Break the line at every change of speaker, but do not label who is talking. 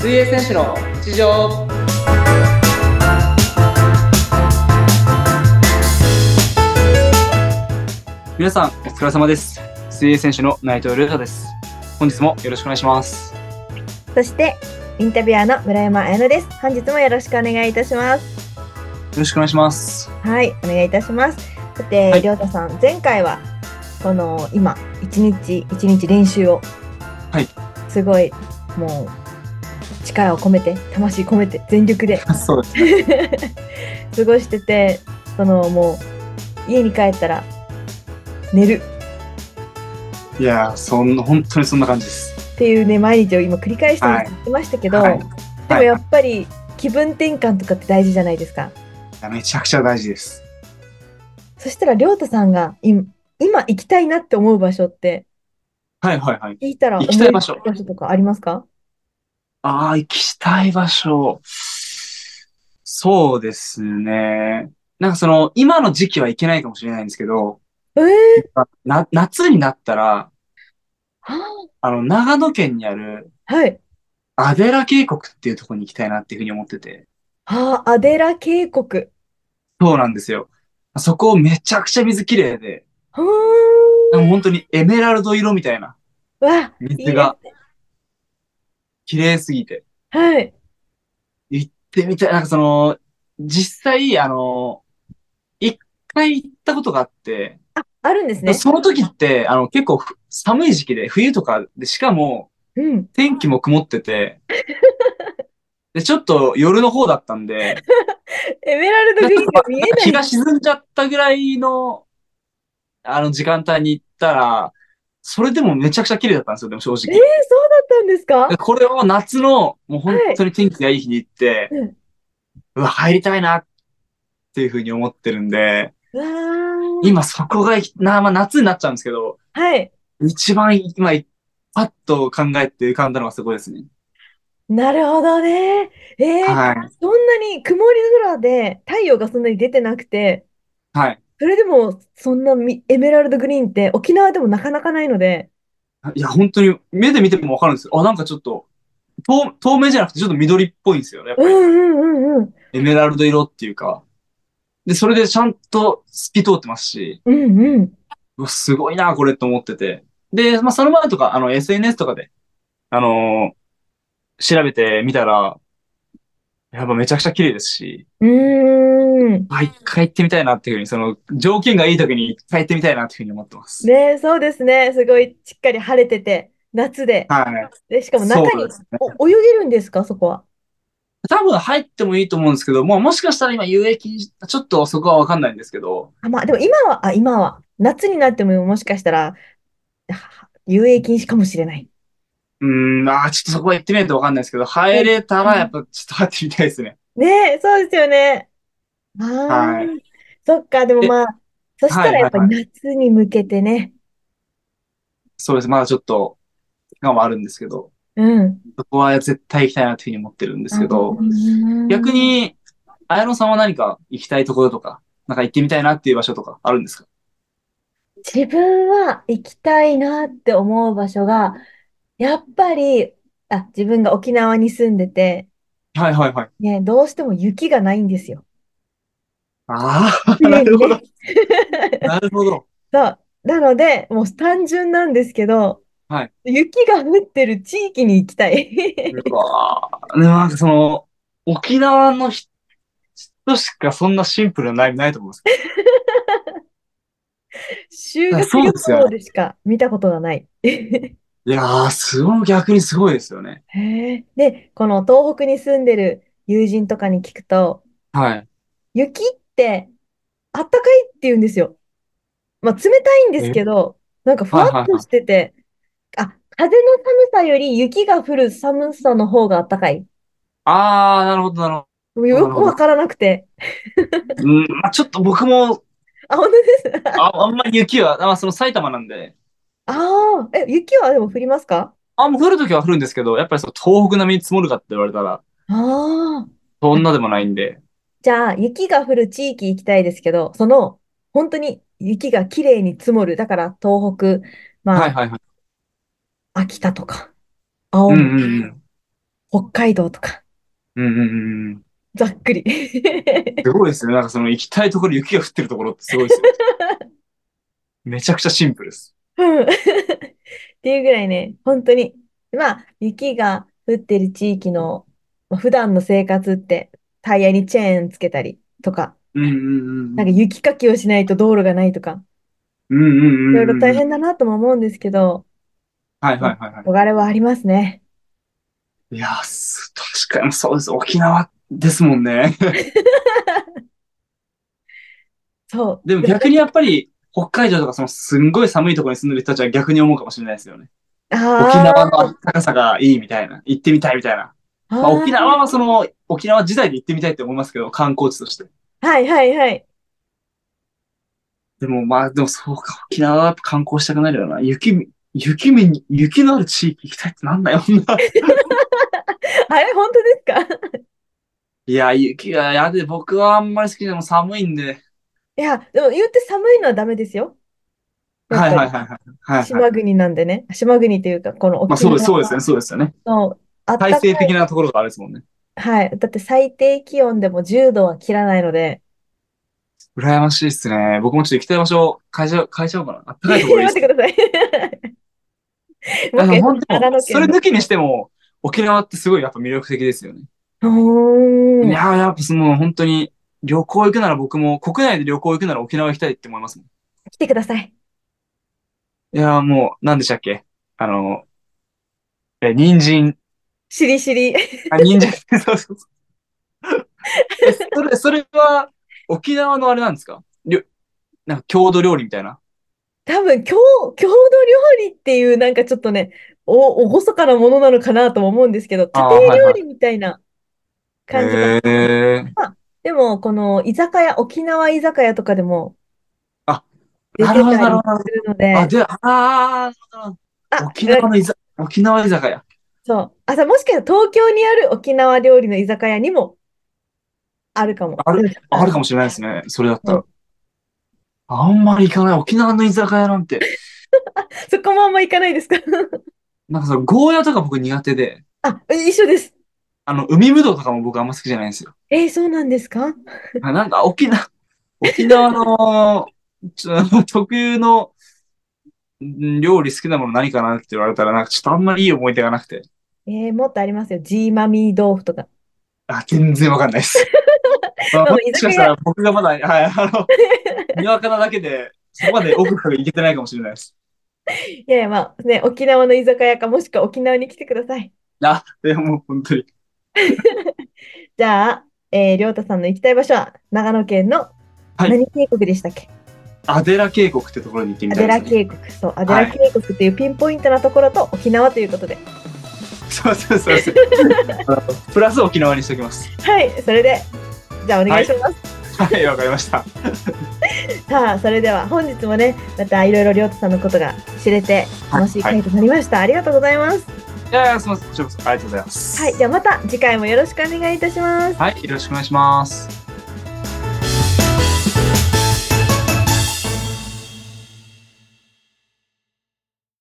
選手の日常
皆さんお疲れ様です水泳選手の内藤亮太です本日もよろしくお願いします
そして、インタビュアーの村山彩乃です。本日もよろしくお願いいたします。
よろしくお願いします
はい、お願いいたします。さて、
はい
りょうたさん、前回は、この、今、一日一日練習を、
はい。
すごい、もう、力を込めて、魂込めて、全力で
そうです
過ごしてて、その、もう、家に帰ったら、寝る
いやーそんな本当にそんな感じです
っていうね、毎日を今繰り返して言ってましたけど、
はい
で
は
も
い
やっぱり、気分転換とかって大事じゃないですか。
いやめちゃくちゃ大事です
そしたら、りょうたさんが今、今行きたいなって思う場所って、
はいはいはい
聞いたら
行きたい場所
思いつく場所とかありますか
ああ行きたい場所そうですねなんかその今の時期はいけないかもしれないんですけど
えー、
な夏になったら
は
あの長野県にある
はい。
アデラ渓谷っていうところに行きたいなっていうふうに思ってて
はあ、アデラ渓谷。う
そうなんですよそこめちゃくちゃ水きれいで
ーん。
あの本当にエメラルド色みたいな
わ、いいで
水
す
が
ね。
綺麗すぎて。
はい。
行ってみたい。なんかその、実際、あの、一回行ったことがあって、
あ、あるんですね。
その時って、あの、結構ふ寒い時期で、冬とかで、しかも
うん。
天気も曇ってて、で、ちょっと夜の方だったんで、
エメラルド
な
グ
んかちょ
リーン
っ
が
と
見え
なんか
ない。
日が沈んじゃったぐらいの、あの、時間帯に行ったら、それでもめちゃくちゃ綺麗だったんですよ、でも正直。
えー、そうだったんですか
でこれを夏の、もう本当に天気がいい日に行って、
うん
うわ、入りたいなっていうふうに思ってるんで、
うわー。
今そこがいき、なまあ、夏になっちゃうんですけど、
はい。
一番今、パッと考えて浮かんだのがそこですね。
なるほどね。えー、
はい。
そんなに曇り空で太陽がそんなに出てなくて、
はい。
それでもそんなみエメラルドグリーンって沖縄でもなかなかないので、
いや、本当に目で見てもわかるんですよ。あ、なんかちょっと、透透明じゃなくてちょっと緑っぽいんですよね。やっ
う
ぱ
ん
り
うんうんうん。
エメラルド色っていうか。で、それでちゃんと透き通ってますし、
うんうん。
うわ、すごいな、これと思ってて。で、まあ、その前とか、あの、SNS とかで、あのー調べてみたら、やっぱめちゃくちゃ綺麗ですし、
うーん。
あ、一回行ってみたいなっていうふうに、その、条件がいい時に一回行ってみたいなっていうふうに思ってます。
ね、そうですね。すごいしっかり晴れてて、夏で。
はい。
で、しかも中
そ
に
うですね
お泳げるんですか、そこは。
多分入ってもいいと思うんですけど、もうもしかしたら今遊泳禁止、ちょっとそこはわかんないんですけど、
あ、まあ、でも今は、あ、今は、夏になってももしかしたら、は遊泳禁止かもしれない。
うーん、あーちょっとそこは行ってみないとわかんないですけど、入れたらやっぱちょっと入ってみたいですね。
ね、そうですよね。ああ、
はい
そっか、でもまあ、そしたらやっぱ
はい
り夏に向けてね。
そうです。まだちょっと、期間はあるんですけど。
うん。
そこは絶対行きたいなっていうふうに思ってるんですけど、
うん
逆に、綾野さんは何か行きたいところとか、なんか行ってみたいなっていう場所とかあるんですか
自分は行きたいなって思う場所が、やっぱり、あ、自分が沖縄に住んでて、
はいはいはい。
ね、どうしても雪がないんですよ。
ああ、 なるほど。なるほど。
そう。なので、もう単純なんですけど、
はい
雪が降ってる地域に行き たい。
うわーでもなんかその、沖縄の人しかそんなシンプルな悩みないと思うんですけ
修学
そうですよね
旅行でしか見たことがない。
ど。いやー、すごい、逆にすごいですよね。
へえで、この東北に住んでる友人とかに聞くと、
はい。
雪ってあったかいって言うんですよ。まあ、冷たいんですけど、なんかふわっとしてて、あ、風の寒さより雪が降る寒さの方があったかい。
ああ、なるほど、なるほ
よくわからなくて。
ど。うん、まあちょっと僕も、
あ、本当です。
ああんまり雪は、まあその埼玉なんで、
ああ、え、雪はでも降りますか
あ、もう降るときは降るんですけど、やっぱりその東北並みに積もるかって言われたら、
ああ。
そんなでもないんで。
じゃあ、雪が降る地域行きたいですけど、その、本当に雪がきれいに積もる。だから、東北、ま
はい
あ、
はいはい。
秋田とか、青
うん
森、
うんうん。
北海道とか、
うんうんうんうん。
ざっくり。
すごいですね。なんかその行きたいところ雪が降ってるところってすごいですよ。 めちゃくちゃシンプルです。
うん っていうぐらいね、本当に。まあ、雪が降ってる地域の、まあ、普段の生活ってタイヤにチェーンつけたりとか、
うんうんうん。
なんか雪かきをしないと道路がないとか、
うんうんうんうん。
いろいろ大変だなとも思うんですけど、
はいはいはいは
憧れはありますね。
い。いやー、す確かにそうです。沖縄ですもんね。
そう。
でも逆にやっぱり、北海道とかそのすんごい寒いところに住んでる人たちは逆に思うかもしれないですよね。
あ
沖
ー
縄の高さがいいみたいな。行ってみたいみたいな。まあ、
あー
沖縄はその、沖縄時代で行ってみたいって思いますけど、観光地として。
はいはいはい。
でもまあ、でもそうか、沖縄はやっぱ観光したくなるよな。雪、雪見に、雪のある地域行きたいってなんだよ、 女。
あれ、本当ですか
いや、雪が嫌で、僕はあんまり好きでも寒いんで。
いや、でも言って寒いのはダメですよ。やっ
はいはい
ぱ
はいはい。はい、
り島国なんでね。島国というか、この
まあ
沖
そう
縄
です、そうですね、そうですよね。
のあった
体
かい
制的なところがあるですもんね。
はい。だって最低気温でも10度は切らないので。
羨ましいですね。僕もちょっと行きたい場所、変えちゃう、変えちゃおうかな。あったかいところいいっ
待
す
ってください。
あの、
もう
本
一回
当
長野
それ
県
抜きにしても、沖縄ってすごいやっぱ魅力的ですよね。
うーん
いやー、やっぱその本当に旅行行くなら僕も国内で旅行行くなら沖縄行きたいって思いますもん。
来てください。
いやーもう、何でしたっけあの、え、人参。
しりしり。
あ、人 参。そうそうそう。え、それ、それは沖縄のあれなんですかりょなんか郷土料理みたいな。
多分、郷、郷土料理っていう、なんかちょっとね、お、おそかなものなのかなとも思うんですけど、家
あー
庭料
はいは
理みたいな感じが。
へえ。
でも、この居酒屋、沖縄居酒屋とかでも
あ、
出て
なるほど
た
な
り
るほど
するので、
あ、で、ああ、
あ、
沖縄の居酒、沖縄居酒屋。
そう。あ、さもしかしたら東京にある沖縄料理の居酒屋にもあるかも。
ある
うん
あるかもしれないですね。それだった
う
ら。あんまり行かない。沖縄の居酒屋なんて。
そこもあんま行かないですか
なんかその、ゴーヤとか僕苦手で、
あ、一緒です。
あの、海ぶどうとかも僕あんま好きじゃないんで すよ。
えーそうなんですか
あなんか、沖縄、沖縄の、ちょ特有の、ん料理好きなもの何かなって言われたら、なんかちょっとあんまりいい思い出がなくて。
えーもっとありますよ。ジーマミー豆腐とか。
あ、全然わかんないです。 まあ
でも
もしかしたら僕がまだ、はい、あの、 にわかなだけで、そこまで奥深くいけてないかもしれないです。
いやいや、まあね、沖縄の居酒屋か、もしくは沖縄に来てください。
あ、でもう本当に。
じゃあ、えー、りょうたさんの行きたい場所は、長野県の
はい
何渓谷でしたっけ、
アデラ渓谷ってところに行ってみ
ア
た
デ
いで
ラ
す、ね。
渓谷。そう、アデラ渓谷っていうピンポイントなところと沖縄ということで。
そうそうそうそう。あのプラス沖縄にしておきます。
はい、それで、じゃあお願いします。
はい、わかりました。
さあ、それでは本日もね、またいろいろりょうたさんのことが知れて、楽しい
はい。
回となりました。ありがとうございます。
いやいや、すみません。こちらこそありがとうございます。
はい、じゃあまた次回もよろしくお願いいたします。
はい、よろしくお願いします。